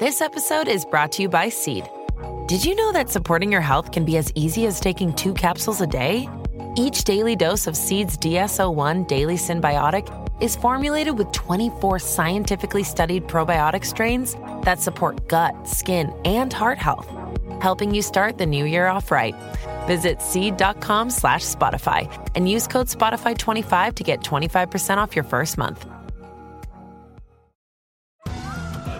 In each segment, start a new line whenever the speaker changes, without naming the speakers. This episode is brought to you by Seed. Did you know that supporting your health can be as easy as taking two capsules a day? Each daily dose of Seed's DSO1 Daily Symbiotic is formulated with 24 scientifically studied probiotic strains that support gut, skin, and heart health, helping you start the new year off right. Visit seed.com slash Spotify and use code Spotify25 to get 25% off your first month.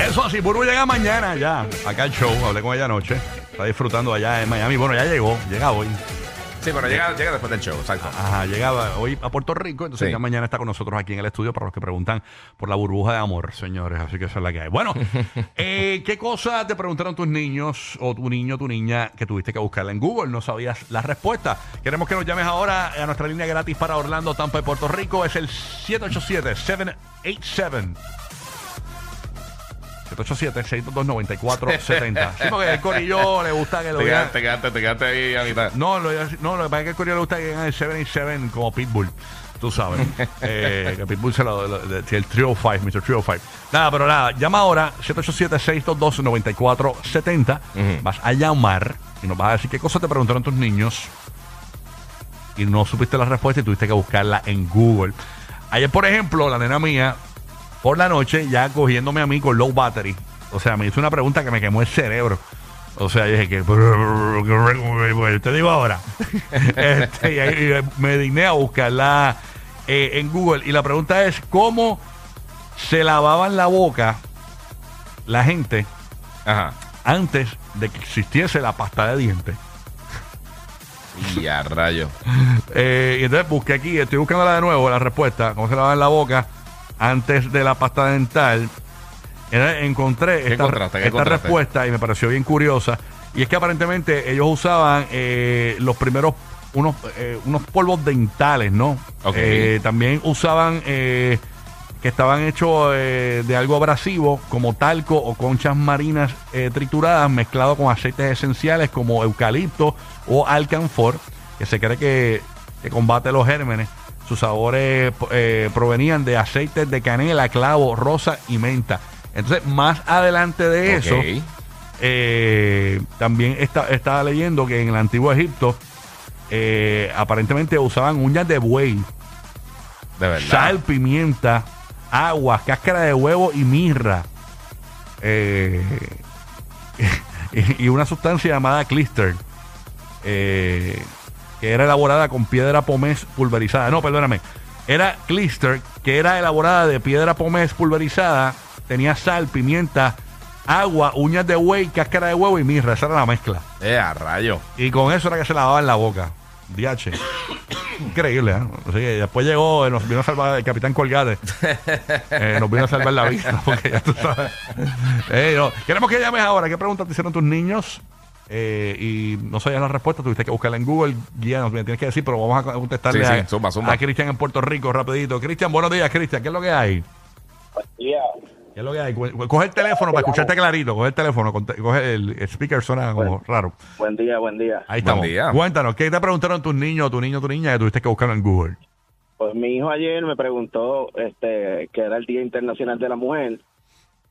Eso así, Burbu llega mañana ya. Acá al show, hablé con ella anoche. Está disfrutando allá en Miami. Bueno, ya llegó, llega hoy.
Sí, pero llega, llega después del show, exacto.
Ajá, llegaba hoy a Puerto Rico, entonces
Sí.
ya mañana está con nosotros aquí en el estudio para los que preguntan por la burbuja de amor, señores, así que esa es la que hay. Bueno, eh, ¿qué cosa te preguntaron tus niños o tu niño tu niña que tuviste que buscarla en Google? No sabías la respuesta. Queremos que nos llames ahora a nuestra línea gratis para Orlando, Tampa y Puerto Rico. Es el 787-787. 787-622-9470. Sí, porque el corillo le gusta que lo
Te
vean.
quedaste, te quedaste, te quedaste ahí a mitad.
No, lo, no, lo que pasa es que el Corea le gusta que en el 787 como Pitbull. Tú sabes. eh, que Pitbull se lo, lo- de- El oh Trio 5, Mr. Trio 5. Nada, pero nada. Llama ahora 787-622-9470. Vas a llamar y nos vas a decir qué cosas te preguntaron tus niños y no supiste la respuesta y tuviste que buscarla en Google. Ayer, por ejemplo, la nena mía, por la noche, ya cogiéndome a mí con low battery. O sea, me hizo una pregunta que me quemó el cerebro. O sea, yo dije que... Te digo ahora. Este, y ahí me digné a buscarla eh, en Google. Y la pregunta es, ¿cómo se lavaban la boca la gente
Ajá.
antes de que existiese la pasta de dientes?
Y a rayo.
Eh, y entonces busqué aquí, estoy buscándola de nuevo, la respuesta, cómo se lavan la boca antes de la pasta dental. Entonces Encontré
¿Qué
esta,
encontraste? ¿Qué
esta
encontraste?
respuesta y me pareció bien curiosa. Y es que aparentemente ellos usaban eh, los primeros, unos, eh, unos polvos dentales, ¿no?
Ok.
Eh, también usaban eh, que estaban hechos eh, de algo abrasivo como talco o conchas marinas eh, trituradas mezclado con aceites esenciales como eucalipto o alcanfor que se cree que, que combate los gérmenes sus sabores eh, provenían de aceites de canela clavo rosa y menta entonces más adelante de eso
Ok.
eh, también está, estaba leyendo que en el antiguo Egipto eh, aparentemente usaban uñas de buey
De verdad.
sal, pimienta, agua, cáscara de huevo y mirra. Eh, y una sustancia llamada clister, eh, que era elaborada con piedra pomés pulverizada. No, perdóname. Era clister, que era elaborada de piedra pomés pulverizada, tenía sal, pimienta, agua, uñas de buey, cáscara de huevo y mirra. Esa era la mezcla.
Eh, a rayo.
Y con eso era que se lavaban la boca. DH. Increíble, ¿eh? Así que después llegó, eh, nos vino a salvar el capitán Colgate. Eh, nos vino a salvar la vida, porque ya tú sabes. Eh, no. Queremos que llames ahora. ¿Qué preguntas te hicieron tus niños? Eh, y no sabías la respuesta, tuviste que buscarla en Google. Guía, nos tienes que decir, pero vamos a contestarle
Sí, sí,
a,
zumba, zumba.
a Cristian en Puerto Rico rapidito. Cristian, buenos días, Cristian. ¿Qué es lo que hay?
Ya,
¿Qué es lo que hay? Cu- Coge el teléfono para escucharte clarito. Coge el teléfono, conte- coge el el speaker, suena como raro.
buen día, buen día.
Ahí
Buen
estamos.
día.
Cuéntanos, ¿qué te preguntaron tus niños, tu niño, tu niña que tuviste que buscar en Google?
Pues mi hijo ayer me preguntó este que era el Día Internacional de la Mujer,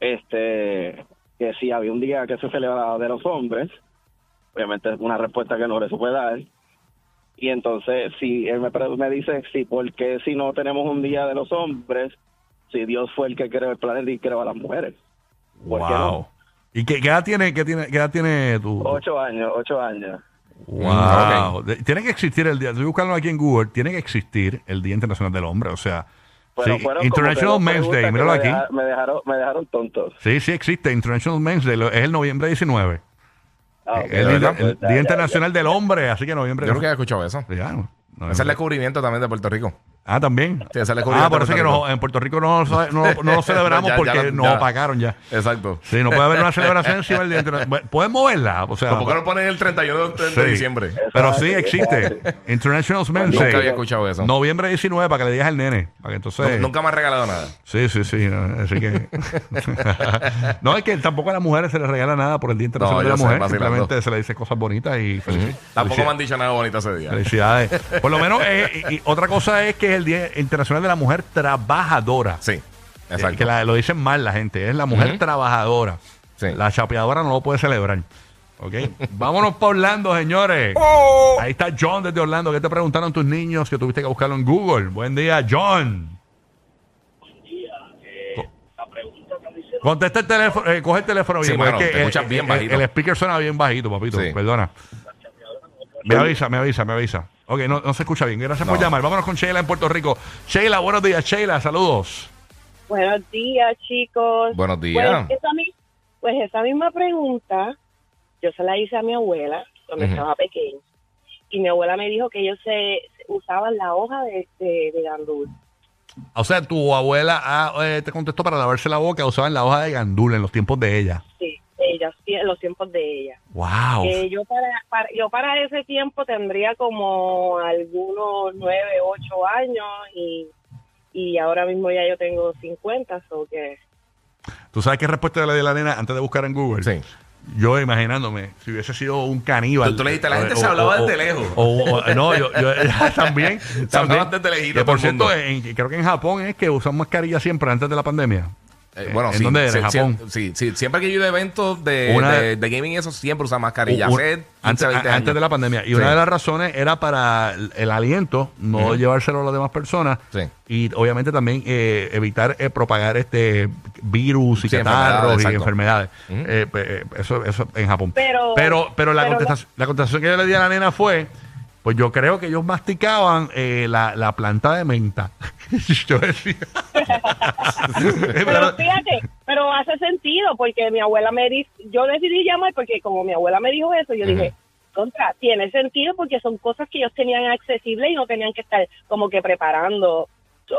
este que si había un día que se celebraba de los hombres, obviamente es una respuesta que no le supe dar. Y entonces, si él me, pre- me dice, sí, ¿por qué si no tenemos un día de los hombres, si Dios fue el que creó el planeta y creó a las mujeres? ¿Por qué no?
¿Y qué, qué edad tiene, qué tiene, qué edad tiene tu?
Ocho años, ocho años.
Wow. De- Tiene que existir el día. Estoy buscando aquí en Google. Tiene que existir el Día Internacional del Hombre. O sea,
Pero
sí,
fueron como
International
que dos
Men's
preguntas que
Day. Míralo
me
aquí.
deja- Me dejaron, me dejaron tontos.
Sí, sí existe International Men's Day. lo- Es el noviembre 19.
Ah, ok,
Es el,
¿de
día-
verdad?
el
pues, ya,
Día
ya,
Internacional del Hombre. Así que noviembre.
Yo nunca había escuchado eso.
Ya, no,
Ese es el
noviembre.
descubrimiento también de Puerto Rico.
Ah, también.
Te sale
ah,
corriente
por eso es que
Puerto
no- en Puerto Rico no, lo- no- no lo celebramos
Ya, ya
porque
lo-
nos
ya.
apagaron ya.
Exacto.
Sí, no puede haber una celebración encima del día. interna- Bueno, Pueden moverla, o sea.
¿Por qué no ponen el 31 de, de
sí.
diciembre?
Pero sí existe. International Men's
Nunca
Day.
había escuchado eso.
Noviembre 19 para que le digas al nene. Para que
Nu-
entonces.
Nunca me han regalado nada.
Sí, sí, sí. no, Así que. no, es que tampoco a las mujeres se les regala nada por el Día Internacional de
No,
la
yo sé,
Mujer.
vacilando.
Simplemente se le dice cosas bonitas y felici-
Tampoco
felici-
me han dicho nada bonito ese día.
Felicidades. Por lo menos, eh, y, y otra cosa es que es el Día Internacional de la Mujer Trabajadora.
Sí,
Eh, Que
exacto.
la- lo dicen mal la gente. Es la mujer trabajadora.
Sí.
La chapeadora no lo puede celebrar. ¿Ok? Vámonos para Orlando, señores. Ahí está John desde Orlando. ¿Qué te preguntaron tus niños que tuviste que buscarlo en Google? Buen día, John. Contesta el teléfono, eh, coge el teléfono
Sí,
bien. porque
mano,
es que
te escuchas
el,
bien
el-
bajito.
eh, el speaker suena bien bajito, papito.
Sí.
Perdona. Me avisa, me avisa, me avisa. Ok, no, no se escucha bien. Gracias por
No.
llamar. Vámonos con Sheila en Puerto Rico. Sheila, buenos días. Sheila, saludos.
Buenos días, chicos.
Buenos días.
Pues esa, mi- pues esa misma pregunta yo se la hice a mi abuela cuando
Ujú.
estaba pequeña. Y mi abuela me dijo que ellos se, se usaban la hoja de, de, de gandul.
O sea, tu abuela ah, eh, te contestó para lavarse la boca, usaban la hoja de gandula en los tiempos de ella.
Sí, ella, en los tiempos de ella.
¡Wow!
Eh, yo, para, para- yo para ese tiempo tendría como algunos nueve, ocho años y, y ahora mismo ya yo tengo 50, so que...
¿Tú sabes qué respuesta le di a la nena antes de buscar en Google?
Sí.
Yo imaginándome, si hubiese sido un caníbal.
Tú- tú le dijiste, la
O-
gente se
o-
hablaba
o-
desde lejos.
o- o- no, yo, yo- también. también.
hablaban desde lejitos
Que por
todo el
cierto,
mundo.
en- creo que en Japón es que usan mascarilla siempre antes de la pandemia.
Eh, bueno,
¿En
sí,
dónde era?
sí,
¿En Japón?
Sí, sí, siempre que yo he ido a eventos de,
Una-
de, de gaming, eso siempre usa mascarilla.
Un-
Hace 15,
antes,
20
a-
años.
antes de la pandemia. Y una
Sí.
de las razones era para el, el aliento, no llevárselo a las demás personas.
Sí.
Y obviamente también eh, evitar eh, propagar este virus y
Sí,
catarros y
enfermedades, exacto.
enfermedades.
Ujú.
Eh, pe- eh, eso, eso en Japón.
Pero-
pero, pero la,
pero
contestación, la contestación que yo le di a la nena fue. Pues yo creo que ellos masticaban eh, la, la planta de menta. yo decía.
Pero fíjate, pero hace sentido porque mi abuela me dijo, yo decidí llamar porque como mi abuela me dijo eso, yo dije, contra, tiene sentido porque son cosas que ellos tenían accesibles y no tenían que estar como que preparando.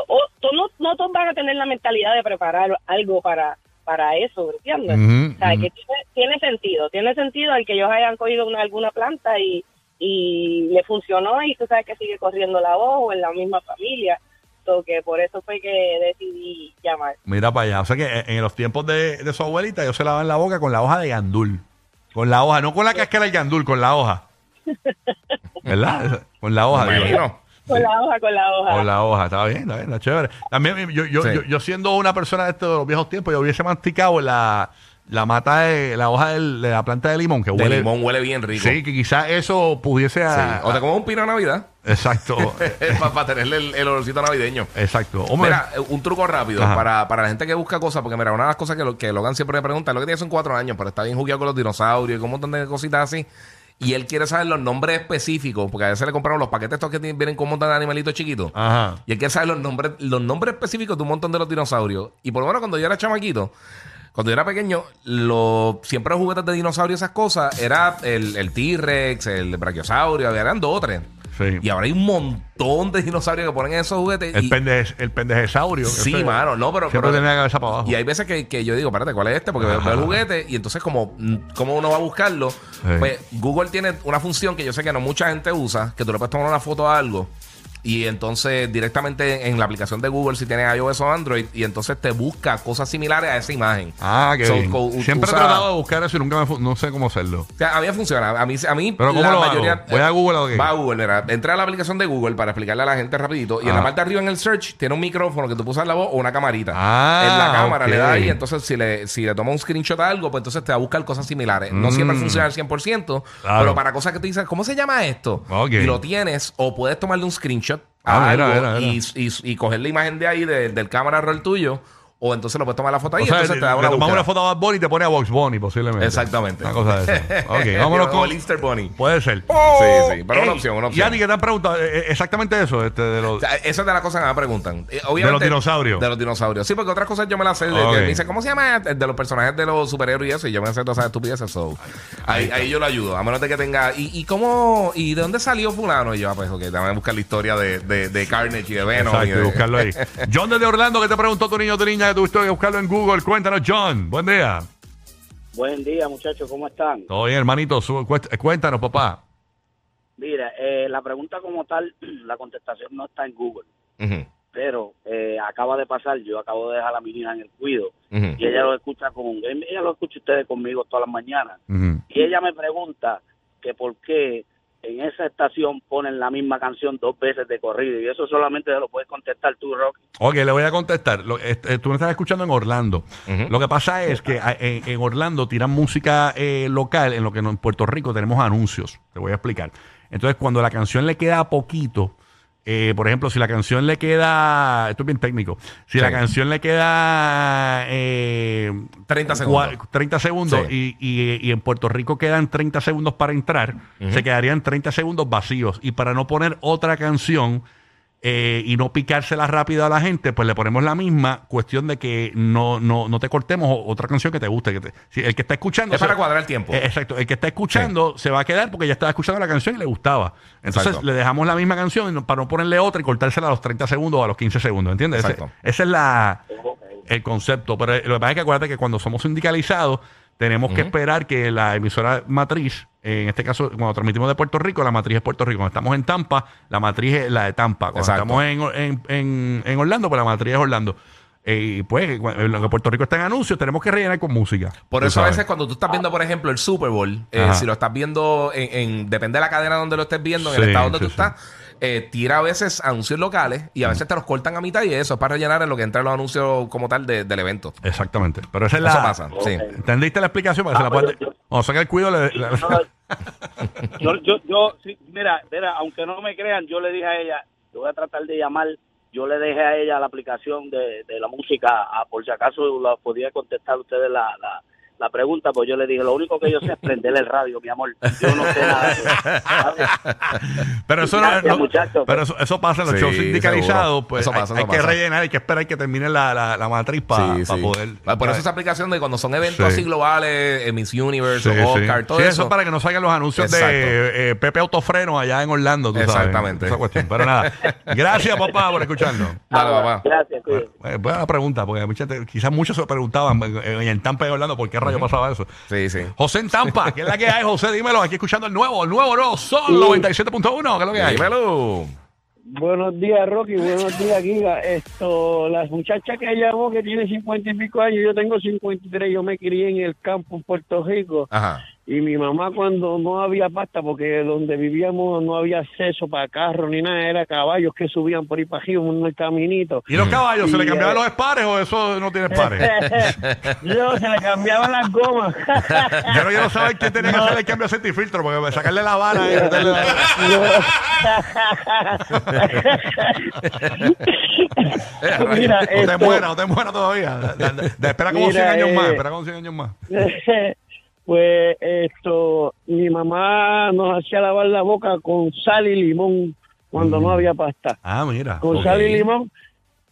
O, to- no, no todos van a tener la mentalidad de preparar algo para para eso, ¿entiendes?
Ujú,
o sea,
ujú.
que tiene, tiene sentido, tiene sentido el que ellos hayan cogido una, alguna planta y, y le funcionó y tú sabes que sigue corriendo la voz o en la misma familia. So que por eso fue que decidí llamar.
Mira para allá. O sea que eh, en los tiempos de, de su abuelita, ellos se lavan la boca con la hoja de gandul. Con la hoja, no con la cáscara del gandul, con la hoja. ¿Verdad? Con la hoja. digo.
Imagino.
Con la hoja, con la hoja.
Con la hoja, está bien, está bien, está chévere. También eh, yo, yo,
Sí.
yo, yo siendo una persona de estos de los viejos tiempos, yo hubiese masticado la, la mata de la hoja del- de la planta de limón, que
De
huele.
limón huele bien rico.
Sí, que quizás eso pudiese
Sí.
a-
O
a-
te comes un pino de Navidad.
exacto.
para, Ah. tenerle el, el olorcito navideño.
exacto. Hombre,
Mira, eh, un truco rápido
Ajá.
para, para la gente que busca cosas, porque mira, una de las cosas que, lo, que Logan siempre me pregunta, lo que tiene son cuatro años, pero está bien jugueado con los dinosaurios y con un montón de cositas así. Y él quiere saber los nombres específicos, porque a veces le compraron los paquetes estos que tienen- vienen con un montón de animalitos chiquitos.
Ajá.
Y él quiere saber los nombres, los nombres específicos de un montón de los dinosaurios. Y por lo menos cuando yo era chamaquito, cuando yo era pequeño, lo, siempre los juguetes de dinosaurios, esas cosas, era el, el T-Rex, el Brachiosaurio, había- eran dos o tres.
Sí.
Y ahora hay un montón de dinosaurios que ponen en esos juguetes.
el,
y-
pendeje, el pendejesaurio.
Sí,
Ese-
mano, no, pero-
Siempre
pero-
tenía la cabeza para abajo.
y hay veces que, que yo digo, espérate, ¿cuál es este? Porque veo,
Ajá.
veo el juguete y entonces como mm, cómo uno va a buscarlo, pues Google tiene una función que yo sé que no mucha gente usa, que tú le puedes tomar una foto a algo y entonces directamente en la aplicación de Google si tienes iOS o Android y entonces te busca cosas similares a esa imagen.
Ah, qué
So,
bien.
co- u-
Siempre
usa-
he tratado de buscar eso y nunca me fu- no sé cómo hacerlo.
O sea, a mí me funciona. A mí, a mí
Pero ¿cómo lo hago? ¿Voy a Google o qué?
Va a Google, mira. Entra a la aplicación de Google para explicarle a la gente rapidito. Y en
Ah.
la parte de arriba en el search tiene un micrófono que tú puedes usar la voz o una camarita.
Ah,
en la cámara
ok.
le da ahí. Entonces, si le, si le toma un screenshot a algo, pues entonces te va a buscar cosas similares. No
Mm.
siempre funciona al 100%,
Claro.
pero para cosas que tú dices, ¿cómo se llama esto?
Ok.
Y lo tienes o puedes tomarle un screenshot a
Ah, mira,
algo
mira, mira.
Y, y- y coger la imagen de ahí de- del cámara roll tuyo. o entonces lo puedes tomar la foto ahí.
o sea,
entonces
le,
te da
le
una,
tomamos
búsqueda.
una foto a Bad Bunny y te pone a Box Bunny posiblemente.
Exactamente.
Una cosa de esa. Ok, vámonos
O
con...
el Easter Bunny.
Puede ser. Oh,
Sí, sí, pero
Ey,
una opción, una opción.
Yanni, ¿qué te han preguntado? Eh, eh, Exactamente eso, este, de los...
O sea, Esa es de las cosas que me preguntan. Eh, obviamente-
De los dinosaurios.
De los dinosaurios. Sí, porque otras cosas yo me las sé. de-
Ok.
que me dicen, ¿cómo se llama? El De los personajes de los superhéroes y eso. Y yo me sé todas esas estupideces. So. Ahí, ahí yo lo ayudo. A menos de que tenga. ¿Y, y cómo? ¿Y de dónde salió Fulano? Y yo, ah, pues, ok, dame a buscar la historia de, de, de Carnage y de Venom. y
Exacto,
de-
y buscarlo ahí. John desde Orlando, ¿qué te preguntó tu niño o tu niña que tuviste que buscarlo en Google? Cuéntanos, John. Buen día.
Buen día, muchachos, ¿cómo están?
Todo bien, hermanito. Sube- cuest- eh, Cuéntanos, papá.
Mira, eh, la pregunta como tal, la contestación no está en Google,
Ujú,
pero eh, acaba de pasar, yo acabo de dejar a mi hija en el cuido
ujú.
y ella lo escucha con, ella lo escucha ustedes conmigo todas las mañanas
Ujú.
y ella me pregunta que por qué en esa estación ponen la misma canción dos veces de corrido y eso solamente lo puedes contestar tú, Rock.
Ok, le voy a contestar. Lo- este, eh, tú me estás escuchando en Orlando.
Ujú.
Lo que pasa es que a- en, en Orlando tiran música eh, local, en lo que no- en Puerto Rico tenemos anuncios. Te voy a explicar. Entonces, cuando la canción le queda poquito, eh, por ejemplo, si la canción le queda, esto es bien técnico, si la
Sí.
canción le queda eh,
30
cua-
segundos.
30 segundos
Sí.
y, y- y en Puerto Rico quedan 30 segundos para entrar, se quedarían 30 segundos vacíos. Y para no poner otra canción eh, y no picársela rápido a la gente, pues le ponemos la misma cuestión de que no, no, no te cortemos o- otra canción que te guste. Que te- si el que está escuchando.
Es
se-
para cuadrar el tiempo.
Eh, exacto. El que está escuchando se va a quedar porque ya estaba escuchando la canción y le gustaba. Entonces
Exacto.
le dejamos la misma canción y no- para no ponerle otra y cortársela a los 30 segundos o a los 15 segundos. ¿Entiendes? Ese-
Exacto.
ese es la el concepto. Pero eh, lo que pasa es que acuérdate que cuando somos sindicalizados, tenemos que esperar que la emisora matriz, eh, en este caso, cuando transmitimos de Puerto Rico, la matriz es Puerto Rico. Cuando estamos en Tampa, la matriz es la de Tampa. Cuando
Exacto.
estamos en, en- en- en Orlando, pues la matriz es Orlando. Eh, Y pues, cu- en lo que Puerto Rico está en anuncios, tenemos que rellenar con música.
Por
Tú
eso a
sabes.
veces cuando tú estás viendo, por ejemplo, el Super Bowl, eh,
Ajá.
si lo estás viendo en, en- depende de la cadena donde lo estés viendo, en
Sí,
el estado donde
sí,
tú
sí.
estás, eh, tira a veces anuncios locales y a veces te los cortan a mitad y eso es para rellenar en lo que entran los anuncios como tal de- del evento.
Exactamente. Pero esa es la.
Eso pasa, sí.
¿Entendiste la explicación? Para que se la
Ah,
puedas-
pero
Cuando saca el cuido, le- le-
No, yo, yo, yo sí, mira, mira, aunque no me crean, yo le dije a ella, yo voy a tratar de llamar, yo le dejé a ella la aplicación de, de la música, a- por si acaso la podía contestar ustedes la, la, la pregunta, pues yo le dije, lo único que yo sé es prender el radio, mi amor, yo no sé nada. de eso, ¿sabes?
Pero eso, no-
Gracias, pues.
no-
muchachos.
pero eso, eso pasa en los
Sí,
shows sindicalizados.
seguro.
Pues
Eso
hay-
pasa,
hay,
eso
que
pasa.
rellenar, hay que esperar que termine la, la, la matriz para
Sí, sí.
poder.
Ah, Por eso esa aplicación de cuando son eventos
Sí.
así globales, eh, Miss Universe,
Sí, sí.
o Oscar, todo
Sí,
eso.
eso es para que no salgan los anuncios
Exacto.
de eh, Pepe Autofreno allá en Orlando. tú sabes.
Exactamente.
Esa cuestión. Pero nada, gracias papá por escucharnos.
Dale, papá.
Gracias, cuídense.
Bueno, Eh, buena pregunta, porque mucha gente- quizás muchos se preguntaban eh, en Tampa y Orlando por qué rayo pasaba eso.
Sí, sí.
José en Tampa, ¿qué es la que hay, José? Dímelo, aquí escuchando el nuevo, el nuevo, no, Sol
Uh.
97.1, ¿qué es lo que hay?
Dímelo.
Buenos días, Rocky. Buenos días, Giga. Esto, las muchachas que llamó que tiene cincuenta y pico años, yo tengo cincuenta y tres. Yo me crié en el campo en Puerto Rico
Ajá.
y mi mamá cuando no había pasta, porque donde vivíamos no había acceso para carro ni nada, era caballos que subían por ahí para arriba en el caminito.
¿Y los caballos? ¿Se le
Y,
cambiaban
eh,
los espares o eso no tiene espares?
yo se le cambiaban las gomas.
Yo no quiero saber quién tenía que hacer el cambio de filtro porque sacarle la bala y meterle la
Mira,
no te
esto-
mueras, no te mueras todavía. Da- da- da- Espera como
Mira,
100 años
eh,
más, espera como 100 años más.
pues esto, mi mamá nos hacía lavar la boca con sal y limón cuando no había pasta.
Ah, mira.
Con
Ok.
sal y limón.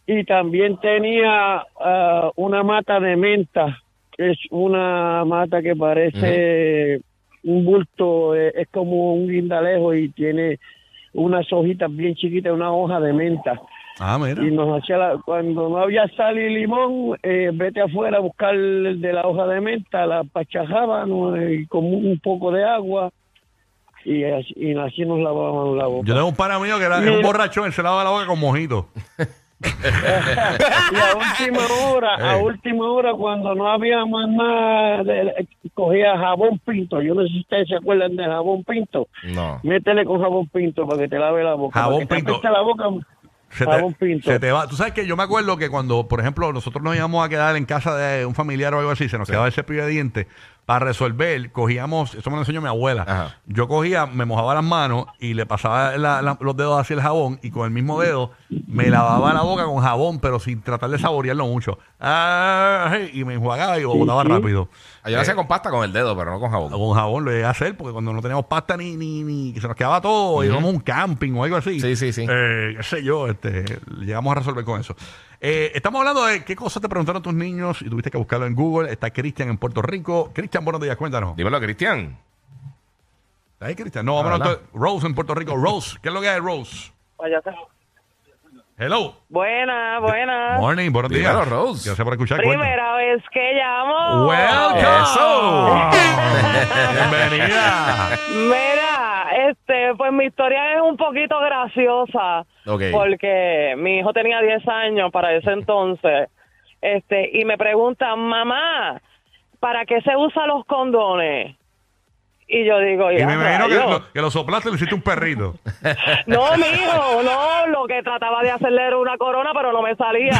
Y también tenía ah, una mata de menta, que es una mata que parece un bulto, eh, es como un guindalejo y tiene unas hojitas bien chiquitas, una hoja de menta
Ah, mira.
y nos hacía la- cuando no había sal y limón eh, vete afuera a buscar el de la hoja de menta la pachajaba ¿no? y con un poco de agua y así, y así nos lavábamos la boca
Yo tengo un pana mío que era era un borrachón, él se lavaba la boca con mojito.
y a última hora a
Ey.
última hora cuando no había más nada de- cogía jabón pinto yo no sé si ustedes se acuerdan del jabón pinto
No.
métele con jabón pinto para que te lave la boca
Mm. Jabón
Para que te
pinto.
apeste la boca
Se
jabón
te,
pinto
se te va. Tú sabes que yo me acuerdo que cuando, por ejemplo, nosotros nos íbamos a quedar en casa de un familiar o algo así, se nos quedaba el cepillo de dientes. para resolver, cogíamos, eso me lo enseñó mi abuela.
Ajá.
Yo cogía, me mojaba las manos y le pasaba la- la- los dedos hacia el jabón y con el mismo dedo me lavaba la boca con jabón, pero sin tratar de saborearlo mucho. Ay, y me enjuagaba y lo botaba rápido.
Ah, Yo lo hacía con pasta con el dedo, pero no con jabón.
Con jabón lo llegué a hacer porque cuando no teníamos pasta ni, ni, ni se nos quedaba todo, íbamos a un camping o algo así.
Sí, sí, sí.
Eh, qué sé yo, este, llegamos a resolver con eso. Eh, estamos hablando de qué cosas te preguntaron tus niños y tuviste que buscarlo en Google. Está Cristian en Puerto Rico. Cristian, buenos días, cuéntanos.
Dímelo, Cristian.
Ahí, Cristian. No, vámonos.
Hola.
entonces. Rose en Puerto Rico. Rose, ¿qué es lo que hay, Rose? Hello.
Pues Buena, buena.
Morning, buenos días.
Dímelo, Rose.
Gracias por escuchar. cuenta.
Primera vez que llamo.
Welcome.
Eso.
Bienvenida.
Mira, este, pues mi historia es un poquito graciosa.
Ok.
Porque mi hijo tenía 10 años para ese entonces. Este, y me pregunta, mamá, ¿para qué se usan los condones? Y yo digo,
Y
ya,
me imagino que
rayos.
lo, que lo soplaste y le hiciste un perrito.
No, mijo, no, lo que trataba de hacerle era una corona, pero no me salía.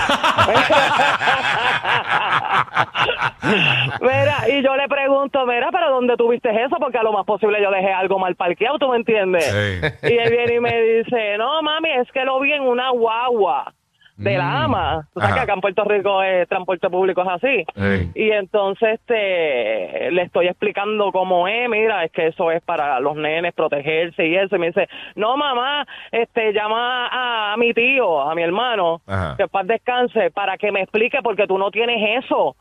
mira, y yo le pregunto, mira, ¿pero dónde tuviste eso? Porque a lo más posible yo dejé algo mal parqueado, ¿tú me entiendes?
Sí.
Y él viene y me dice, no, mami, es que lo vi en una guagua de la ama. Tú sabes
Ajá.
que acá en Puerto Rico el transporte público es así.
Ey.
Y entonces este, le estoy explicando cómo es, mira, es que eso es para los nenes protegerse y eso. Y me dice, no, mamá, este, llama a, a mi tío, a mi hermano,
Ajá.
que en paz descanse, para que me explique porque tú no tienes eso.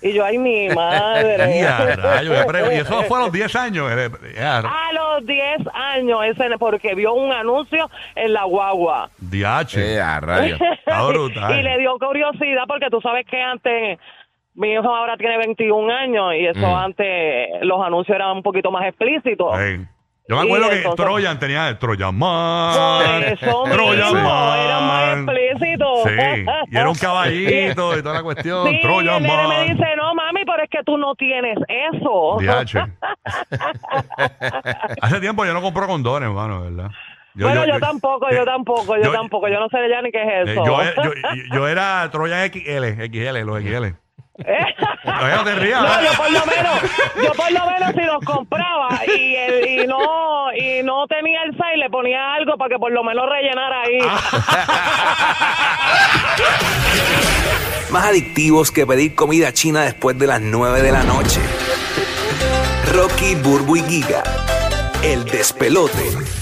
Y yo, ay, mi madre.
Ya, rayos, ya, pero- y eso fue a los 10 años. eh, ya,
A los 10 años, ese, porque vio un anuncio en la guagua.
Eh,
DH.
a rayos.
Está brutal.
y le dio curiosidad porque tú sabes que antes, mi hijo ahora tiene 21 años y eso
Mm.
antes los anuncios eran un poquito más explícitos.
Sí. Yo me
Y
acuerdo que
entonces-
Troyan tenía el Troyan
Por
Man.
eso
Troyan
mismo, eran más
Man.
explícitos.
Sí, y era un caballito y toda la cuestión.
Sí,
Troyan
el nene me
Man.
dice, no mami, pero es que tú no tienes eso.
DH. Hace tiempo yo no compro condones, hermano, ¿verdad?
bueno, yo, tampoco, yo
eh,
tampoco, yo,
yo-
tampoco, yo no sé ya ni qué es
eh,
eso.
yo, yo- yo era Troyan XL, XL, los XL. Todavía no te rías.
No,
¿verdad?
yo por lo menos, yo por lo menos si los compraba y, el- y no y no tenía el 6, le ponía algo para que por lo menos rellenara ahí.
Más adictivos que pedir comida china después de las 9 de la noche. Rocky, Burbu y Giga. El despelote.